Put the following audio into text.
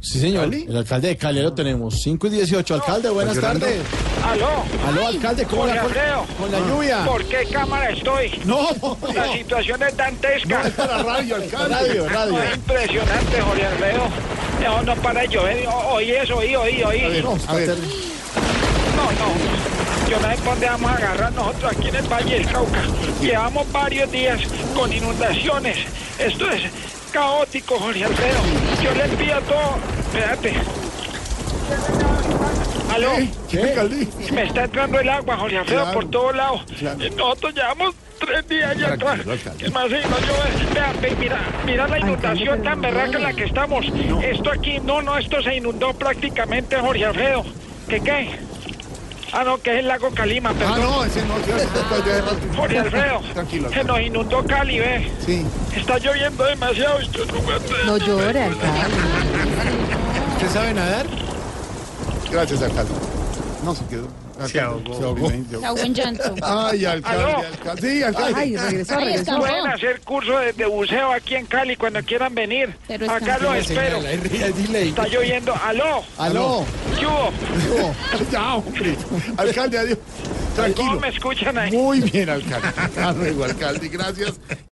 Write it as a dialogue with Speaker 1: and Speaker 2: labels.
Speaker 1: Sí, señor.
Speaker 2: ¿Cali?
Speaker 1: El alcalde de Cali lo tenemos. 5 y 18. Alcalde, buenas
Speaker 2: llorando.
Speaker 1: tardes.
Speaker 3: Aló,
Speaker 1: Aló, alcalde, ¿cómo
Speaker 3: Jorge
Speaker 1: la, con,
Speaker 3: Alfredo.
Speaker 1: con la lluvia?
Speaker 3: ¿por qué cámara estoy?
Speaker 1: No,
Speaker 3: La situación es dantesca.
Speaker 1: para radio, alcalde. Radio, radio.
Speaker 3: No, es impresionante, Jorge Alfredo. Eh, No, no para de llover. O- Oí eso, oí, oí, oí.
Speaker 1: No, está terrible.
Speaker 3: No, no. Yo no sé por dónde vamos a agarrar nosotros aquí en el Valle del Cauca. Llevamos varios días con inundaciones. Esto es caótico, Jorge Alfredo. Yo le pido a todo. Espérate. Aló.
Speaker 2: ¿Qué? alcalde?
Speaker 3: Me está entrando el agua, Jorge Alfredo,
Speaker 2: Claro.
Speaker 3: por todos lados.
Speaker 2: Claro.
Speaker 3: Eh, Nosotros llevamos tres días ya atrás.
Speaker 2: Tranquilo, alcalde.
Speaker 3: Es más, sí, no llueve. Vea, ve, mira, mira la inundación tan berraca en la que estamos. Esto aquí, no, no, esto se inundó prácticamente, Jorge Alfredo. ¿Qué qué? Ah, no, que es el lago Calima,
Speaker 2: Ah,
Speaker 3: perdón.
Speaker 2: no, ese no, yo estoy de rato.
Speaker 3: Jorge Alfredo,
Speaker 2: Tranquilo,
Speaker 3: se
Speaker 2: alcalde.
Speaker 3: nos inundó Cali, ve.
Speaker 2: Sí,
Speaker 3: Está lloviendo demasiado y yo no aguanto.
Speaker 4: No llore, alcalde.
Speaker 1: ¿Usted sabe nadar?
Speaker 2: gracias, alcalde. No se quedó. Se ahogó. Se ahogó.
Speaker 5: Está buen llanto.
Speaker 2: Ay,
Speaker 3: Aló.
Speaker 2: alcalde, alcalde. Sí, alcalde.
Speaker 4: Ay, regresó,
Speaker 5: Ay,
Speaker 4: regresó.
Speaker 5: escapó.
Speaker 3: Pueden hacer curso de, de buceo aquí en Cali cuando quieran venir.
Speaker 5: Pero es
Speaker 3: Acá los espero.
Speaker 1: Señala, ría, dile.
Speaker 3: Está lloviendo. Aló,
Speaker 1: Aló.
Speaker 3: ¿qué hubo?
Speaker 2: No, ya, hombre. Alcalde, adiós.
Speaker 3: ¿Cómo
Speaker 2: Tranquilo.
Speaker 3: me escuchan ahí?
Speaker 2: Muy bien, alcalde. Hasta luego, alcalde. Gracias.